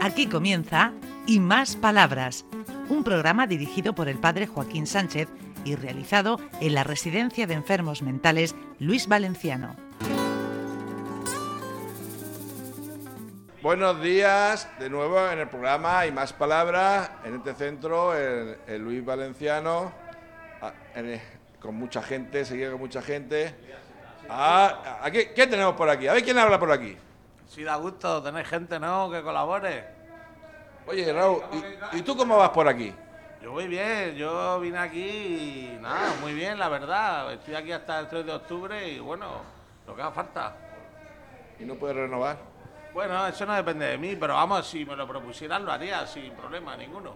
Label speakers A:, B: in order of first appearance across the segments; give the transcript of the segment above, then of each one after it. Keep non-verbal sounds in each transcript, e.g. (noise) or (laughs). A: Aquí comienza Y Más Palabras, un programa dirigido por el padre Joaquín Sánchez y realizado en la Residencia de Enfermos Mentales Luis Valenciano.
B: Buenos días, de nuevo en el programa Hay Más Palabras, en este centro, el, el Luis Valenciano, a- en el- con mucha gente, seguido con mucha gente. Ah, aquí, ¿Quién tenemos por aquí? A ver quién habla por aquí.
C: Si da gusto tener gente, ¿no? Que colabore.
B: Oye, Raúl, ¿y, y tú cómo vas por aquí?
C: Yo muy bien, yo vine aquí y nada, muy bien, la verdad. Estoy aquí hasta el 3 de octubre y bueno, lo que haga falta.
B: ¿Y no puedes renovar?
C: Bueno, eso no depende de mí, pero vamos, si me lo propusieran lo haría sin problema ninguno.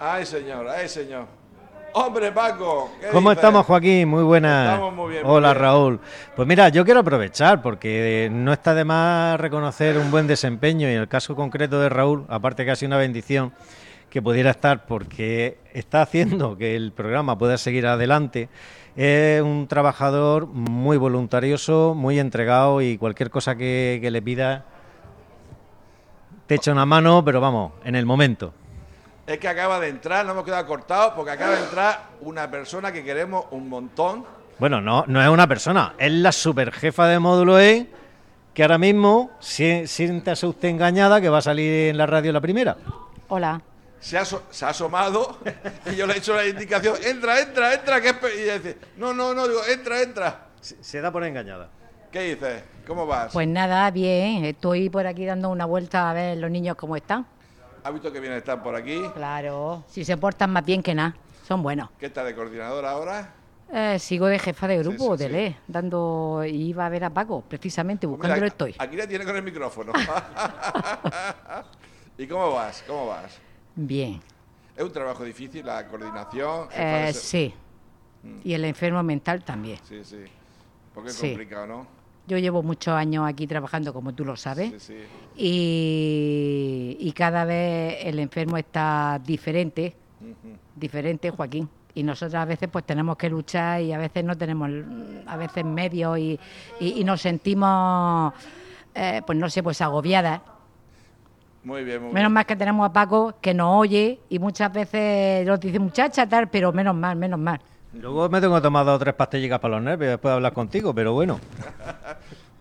B: Ay, señor, ay, señor. Hombre, Paco. ¿qué
D: ¿Cómo
B: dices?
D: estamos, Joaquín? Muy buenas.
B: Estamos muy bien, muy
D: Hola,
B: bien.
D: Raúl. Pues mira, yo quiero aprovechar porque eh, no está de más reconocer un buen desempeño y en el caso concreto de Raúl, aparte que ha sido una bendición que pudiera estar porque está haciendo que el programa pueda seguir adelante. Es un trabajador muy voluntarioso, muy entregado y cualquier cosa que, que le pida te echa una mano, pero vamos, en el momento.
B: Es que acaba de entrar, nos hemos quedado cortados porque acaba de entrar una persona que queremos un montón.
D: Bueno, no, no es una persona, es la superjefa de módulo E, que ahora mismo si- siéntase usted engañada que va a salir en la radio la primera.
E: Hola.
B: se ha, aso- se ha asomado y yo le he hecho la indicación, entra, entra, entra, que es pe-". y ella dice, no, no, no, digo, entra, entra.
D: Se, da por engañada.
B: ¿Qué dices? ¿Cómo vas?
E: Pues nada, bien. Estoy por aquí dando una vuelta a ver los niños cómo están.
B: ¿Has visto que bien están por aquí?
E: Claro. Si se portan más bien que nada, son buenos.
B: ¿Qué está de coordinadora ahora?
E: Eh, sigo de jefa de grupo
B: sí,
E: de
B: sí.
E: LE, dando iba a ver a Paco, precisamente
B: Pues mira,
E: buscándolo estoy.
B: Aquí la tiene con el micrófono. (laughs) ¿Y cómo vas? ¿Cómo vas?
E: Bien.
B: Es un trabajo difícil la coordinación. jefa de Mm.
E: Eh,
B: se-
E: sí. Y el enfermo mental también.
B: Sí, sí. Porque es
E: Sí.
B: complicado, ¿no?
E: Yo llevo muchos años aquí trabajando, como tú lo sabes,
B: Sí, sí.
E: y, y cada vez el enfermo está diferente, diferente, Joaquín. Y nosotros a veces pues tenemos que luchar y a veces no tenemos, mm, a veces medios y, y- y nos sentimos, eh, pues no sé, pues agobiadas.
B: Muy bien, muy
E: Menos
B: bien.
E: mal que tenemos a Paco que nos oye y muchas veces nos dice muchacha tal, pero menos mal, menos mal.
D: Luego me tengo que tomar dos o tres pastillitas para los nervios después de hablar contigo, pero bueno.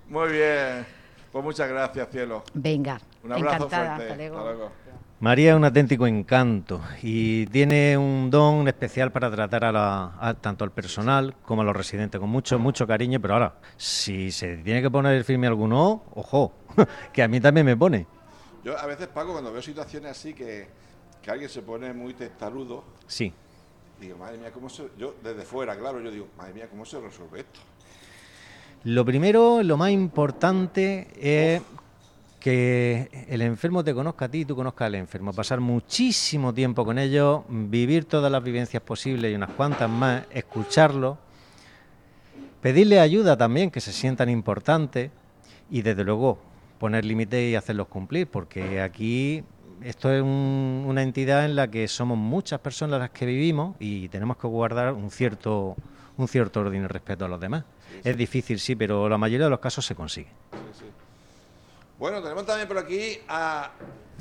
B: Muy bien. Pues muchas gracias, cielo.
E: Venga,
B: Un abrazo
E: encantada,
B: fuerte.
E: hasta luego.
D: María es un auténtico encanto y tiene un don especial para tratar a la- a- tanto al personal como a los residentes con mucho, mucho cariño, pero ahora, si se tiene que poner firme alguno, ojo, (laughs) que a mí también me pone.
B: Yo a veces, Paco, cuando veo situaciones así que, que alguien se pone muy testarudo,
D: Sí.
B: digo, madre mía, ¿cómo se...? Yo desde fuera, claro, yo digo, madre mía, ¿cómo se resuelve esto?
D: Lo primero, lo más importante es que el enfermo te conozca a ti y tú conozcas al enfermo. Pasar muchísimo tiempo con ellos, vivir todas las vivencias posibles y unas cuantas más, escucharlo, pedirle ayuda también, que se sientan importantes y desde luego poner límites y hacerlos cumplir, porque aquí esto es un- una entidad en la que somos muchas personas las que vivimos y tenemos que guardar un cierto, un cierto orden y respeto a los demás. Es difícil, sí, pero la mayoría de los casos se consigue.
B: Bueno, tenemos también por aquí a...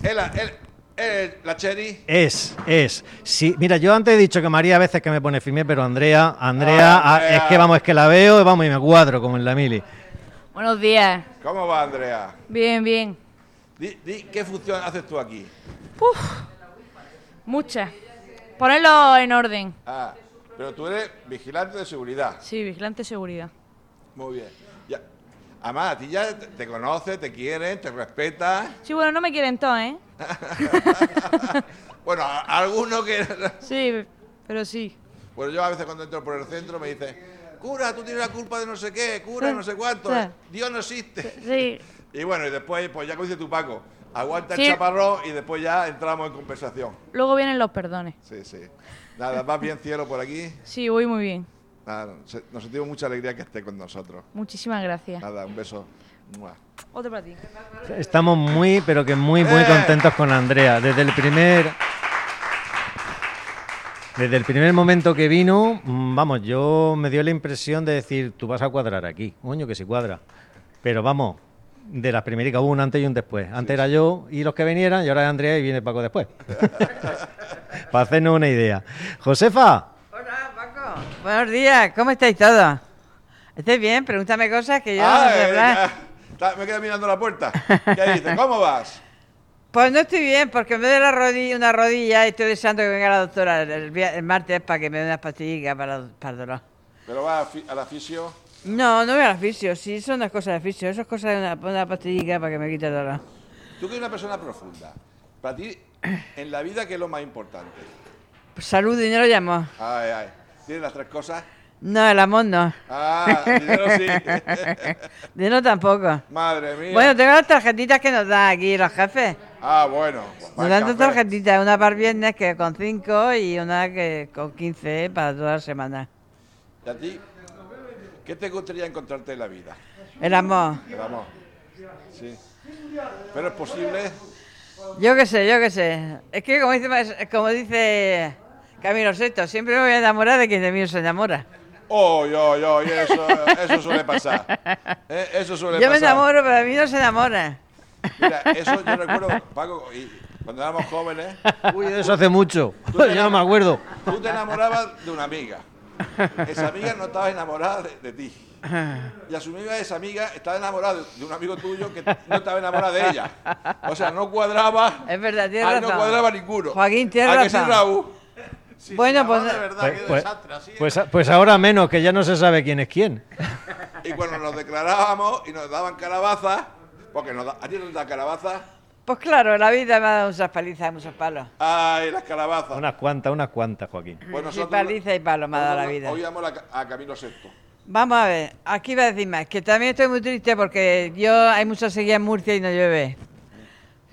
B: Ela, el, el- la Cheri.
D: Es, es. Sí, mira, yo antes he dicho que María a veces que me pone firme, pero Andrea, Andrea,
B: Ah,
D: ah,
B: Andrea.
D: es que vamos, es que la veo, vamos, y me cuadro como en la mili.
F: Buenos días.
B: ¿Cómo va, Andrea?
F: Bien, bien.
B: Di, di, ¿qué función haces tú aquí?
F: Muchas. Ponerlo en orden.
B: Ah, pero tú eres vigilante de seguridad.
F: Sí, vigilante de seguridad.
B: Muy bien. Ya. Además, a ti ya te, te conocen, te quieren, te respetan.
F: Sí, bueno, no me quieren todos, ¿eh?
B: Bueno, a- a alguno que...
F: Sí, pero sí.
B: Bueno, Pues yo a veces cuando entro por el centro me dicen, cura, tú tienes la culpa de no sé qué, cura, no sé cuánto,
F: Sí.
B: Dios no existe.
F: Sí.
B: (laughs) Y bueno, y después, pues ya como dice tu Paco, aguanta el
F: Sí.
B: chaparrón y después ya entramos en conversación.
F: Luego vienen los perdones.
B: Sí, sí. Nada, vas bien cielo por aquí.
F: Sí, voy muy bien.
B: Nada, se- nos sentimos mucha alegría que esté con nosotros.
F: Muchísimas gracias.
B: Nada, un beso. Mua.
F: Otro para ti.
D: Estamos muy, pero que muy, muy
B: ¡Eh!
D: contentos con Andrea. Desde el primer. Desde el primer momento que vino, mm, vamos, yo me dio la impresión de decir, tú vas a cuadrar aquí. Coño, que si cuadra. Pero vamos, de las primericas hubo un antes y un después. Antes era yo y los que vinieran, y ahora es Andrea y viene Paco después. Para hacernos una idea. Josefa,
G: Hola, Paco. Buenos días, ¿cómo estáis todos? ¿Estáis bien? Pregúntame cosas que yo no sé
B: Ah,
G: hablar.
B: eh, está- me quedo mirando la puerta. ¿Qué dices? ¿Cómo vas?
G: Pues no estoy bien, porque me duele la rodilla, una rodilla y estoy deseando que venga la doctora el, el vier- el martes para que me dé unas pastillitas para, para el dolor.
B: ¿Pero vas a fi- al aficio?
G: No, no voy al fisio, sí, son las cosas de fisio, eso es cosa de una, una pastillita para que me quite el dolor.
B: Tú que eres una persona profunda. Para ti, en la vida, ¿qué es lo más importante?
G: Pues salud, dinero y amor.
B: Ay, ay. ¿Tienes las tres cosas?
G: No, el amor no. (laughs)
B: Ah, dinero sí. (laughs)
G: Dinero tampoco.
B: Madre mía.
G: Bueno, tengo las tarjetitas que nos dan aquí los jefes.
B: ah, bueno.
G: Nos
B: Para
G: dan
B: el
G: dos
B: café.
G: tarjetitas, una para el viernes que con 5 y una que con 15 para toda la semana.
B: ¿Y a ti? ¿Qué te gustaría encontrarte en la vida?
G: El amor.
B: El amor. Sí. Pero es posible.
G: Yo qué sé, yo qué sé. Es que como dice, Mas- como dice Camilo Sesto, siempre me voy a enamorar de quien de mí se enamora.
B: Oh, yo, yo, y eso, eso suele
G: (laughs)
B: pasar. Eh, eso suele
G: Yo me
B: pasar.
G: enamoro, pero a mí no se enamora.
B: Mira, eso yo recuerdo, Paco, y cuando éramos jóvenes,
D: uy, de eso hace mucho.
B: Tú
D: (laughs)
B: te
D: Yo no me
B: llamas-
D: acuerdo.
B: tú te enamorabas de una amiga. Esa amiga no estaba enamorada de, de ti. Y a su amiga, esa amiga estaba enamorada de un amigo tuyo que no estaba enamorada de ella. O sea, no cuadraba.
G: Es verdad, Eh, tienes
B: Ahí
G: razón.
B: Ah, no cuadraba ninguno.
G: Joaquín, tienes
B: ¿A que sí,
G: razón.
B: Raúl?
C: Sí,
G: Bueno,
C: sí,
G: pues-
C: además, De verdad,
D: Pues,
C: qué
D: pues-
C: desastre. Así
D: pues a- pues ahora menos, que ya no se sabe quién es quién.
B: Y cuando nos declarábamos y nos daban calabaza, porque nos da- a ti no te dan calabaza,
G: Pues claro, la vida me ha dado muchas palizas, muchos palos.
B: ay, las calabazas.
D: Unas cuantas, unas cuantas, Joaquín.
B: Pues
G: Sí,
B: nosotros-
G: paliza y palos me ha dado la
B: nosotros
G: vida.
B: Oíamos la- a Camilo VI.
G: Vamos a ver, aquí va a decir más, que también estoy muy triste porque yo hay mucha sequía en Murcia y no llueve.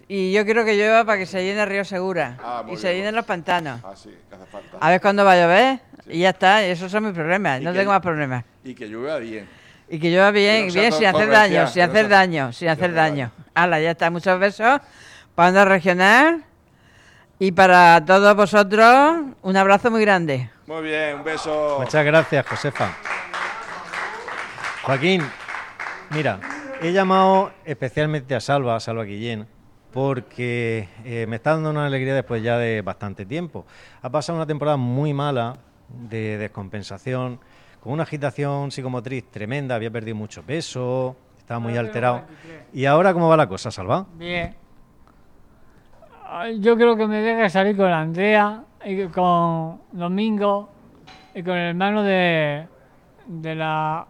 G: Y yo quiero que llueva para que se llene el río Segura
B: Ah, muy
G: y se
B: bien.
G: llenen los pantanos.
B: Ah, sí, que hace falta.
G: A ver cuándo va a llover y ya está, esos son mis problemas,
B: Y
G: no
B: que-
G: tengo más problemas.
B: Y que llueva bien.
G: Y que llueva bien,
B: no sea
G: bien,
B: todo
G: sin hacer
B: comercial,
G: daño, sin
B: que no
G: hacer
B: sea-
G: daño, sin
B: que
G: hacer
B: no sea daño.
G: daño. Hala, ya está, muchos besos para Onda Regional y para todos vosotros un abrazo muy grande.
B: Muy bien, un beso.
D: Muchas gracias, Josefa. Joaquín, mira, he llamado especialmente a Salva, a Salva Guillén, porque eh, me está dando una alegría después ya de bastante tiempo. Ha pasado una temporada muy mala de descompensación, con una agitación psicomotriz tremenda, había perdido mucho peso, estaba muy alterado. ¿Y ahora cómo va la cosa, Salva?
H: Bien. Ah, Yo creo que me deja salir con Andrea, y que- con Domingo, y con el hermano de, de la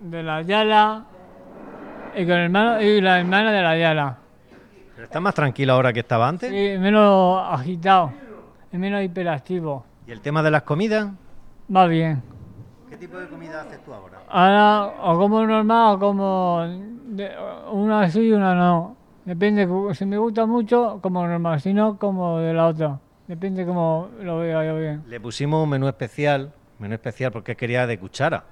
H: de la Yala, y con el hermano y la hermana de la Yala.
D: ¿Pero ¿Estás más tranquila ahora que estaba antes?
H: Y menos agitado, y menos hiperactivo.
D: ¿Y el tema de las comidas?
H: Va bien.
D: ¿Qué tipo de comida haces tú ahora?
H: Ahora o como normal o como de- una sí y una no. Depende, cu- si me gusta mucho, como normal, si no, como de la otra. Depende como lo vea yo bien.
D: Le pusimos un menú especial, menú especial porque quería de cuchara.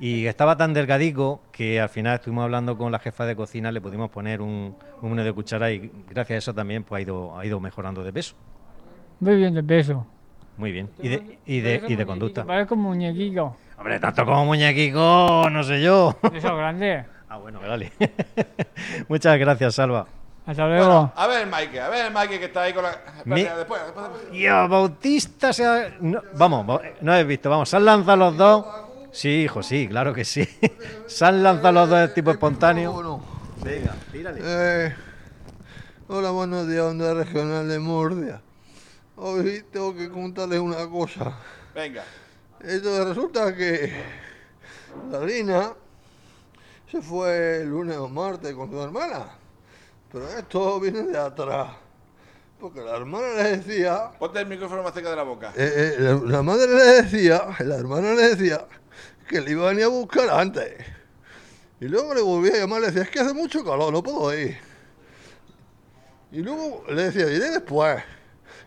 D: Y estaba tan delgadico que al final estuvimos hablando con la jefa de cocina, le pudimos poner un, un menú de cuchara y gracias a eso también pues, ha, ido, ha ido mejorando de peso.
H: Voy bien de peso.
D: Muy bien. Y de, y de, y de conducta.
H: Parezco un muñequito.
D: Hombre, tanto como muñequico, no sé yo.
H: de Eso grande.
D: Ah, bueno, vale. (laughs) Muchas gracias, Salva.
H: Hasta
B: Bueno,
H: luego.
B: a ver, Mike, a ver, Mike, que está ahí con la. Espérate,
D: Mi-
B: después, después, después.
D: Tío, Bautista se ha... no- vamos, va- no he visto, vamos, se han lanzado los dos. Sí, hijo, sí, claro que sí. (laughs) Se han lanzado los dos de tipo espontáneo.
I: Bueno,
D: Venga, tírale.
I: eh, (laughs) hola, buenos días, Onda Regional de Murcia. Hoy tengo que contarles una cosa.
B: Venga.
I: Entonces resulta que la Lina se fue el lunes o martes con su hermana. Pero esto viene de atrás. Porque la hermana le decía
B: Ponte el micrófono más cerca de la boca.
I: eh, eh, la, la madre le decía, la hermana le decía, que le iba a venir a buscar antes. Y luego le volví a llamar, le decía, es que hace mucho calor, no puedo ir. Y luego le decía, iré después.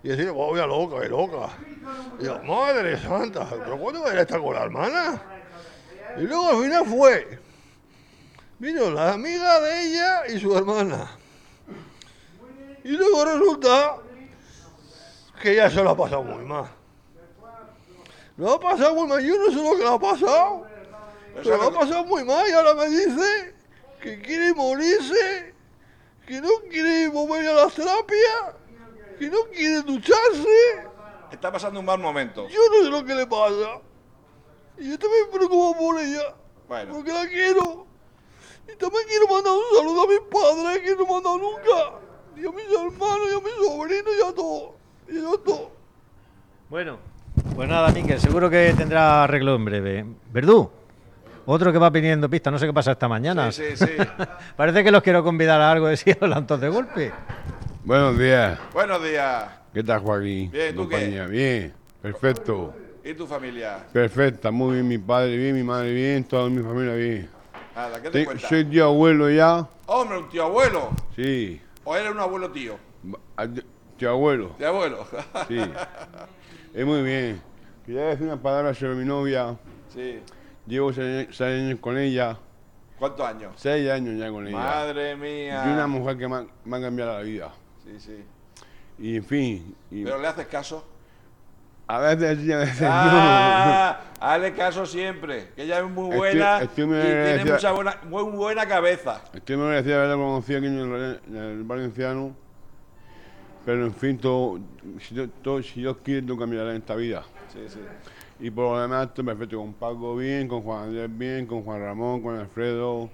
I: Y decía, voy a loca, y loca. Y yo, madre santa, ¿pero cuándo va a ir esta con la hermana? Y luego al final fue. Vino la amiga de ella y su hermana. Y luego resulta que ya se lo ha pasado muy mal. Lo ha pasado muy mal, yo no sé lo que le ha pasado,
B: Pero
I: pero lo
B: eso
I: ha
B: es lo que-
I: pasado muy mal y ahora me dice
G: que quiere morirse, que no quiere volver a las terapias, que no quiere ducharse.
B: Está pasando un mal momento.
G: Yo no sé lo que le pasa. Y yo también me preocupo por ella,
B: Bueno,
G: porque la quiero. Y también quiero mandar un saludo a mis padres, que no he mandado nunca. Y a mis hermanos, y a mis sobrinos, y a todos. Y a todos.
D: Bueno, pues nada, Miquel, seguro que tendrá arreglo en breve. Verdú, otro que va pidiendo pistas, no sé qué pasa esta mañana.
B: sí, sí.
D: Parece que los quiero convidar a algo de (laughs) si hablan todos de golpe.
H: Buenos días.
B: Buenos días.
H: ¿Qué tal, Joaquín?
B: Bien, ¿tú qué?
H: Compañía. Bien, perfecto.
B: ¿Y tu familia?
H: Perfecta, muy bien. Mi padre bien, mi madre bien, toda mi familia bien.
B: Nada, ¿qué te
H: Te-
B: cuentas?
H: soy tío abuelo ya.
B: Hombre, un tío abuelo.
H: Sí.
B: ¿O eres un abuelo tío?
H: A- Tío abuelo.
B: ¿Tío abuelo? (laughs)
H: Sí. Es muy bien. Quería decir una palabra sobre mi novia.
B: sí.
H: Llevo seis, seis años con ella.
B: ¿Cuántos años?
H: Seis años ya con ella.
B: Madre mía.
H: Y una mujer que me ha, me ha cambiado la vida.
B: Sí, sí.
H: Y en fin. y (laughs)
B: ¿Pero le haces caso?
H: a veces sí, a veces no.
B: Ah, hazle caso siempre. Que ella es muy
H: Estoy-
B: buena
H: estoy muy
B: y tiene
H: agradecido.
B: mucha buena, muy buena cabeza.
H: Estoy muy agradecido de haberla conocido aquí en el, en el valenciano. Pero en fin, todo, si, yo- todo, si Dios quiere, todo cambiará en esta vida.
B: Sí, sí.
H: Y por lo demás, estoy perfecto con Paco bien, con Juan Andrés bien, con Juan Ramón, con Alfredo.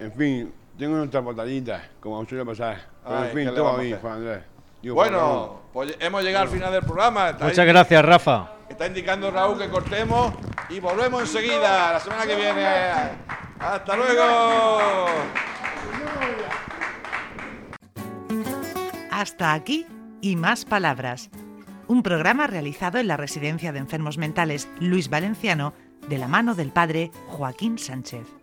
H: En fin, tengo nuestras batallitas, como suele pasar. Pero
B: Ay,
H: en
B: ¿qué
H: fin,
B: le
H: todo
B: vamos a
H: bien,
B: hacer?
H: Juan Andrés. Digo, Juan Ramón.
B: Bueno, pues hemos llegado al final del programa. Está,
D: Muchas gracias, Rafa.
B: está indicando Raúl que cortemos y volvemos enseguida la semana que viene. ¡Hasta luego!
A: Hasta aquí y más palabras. Un programa realizado en la Residencia de Enfermos Mentales Luis Valenciano de la mano del padre Joaquín Sánchez.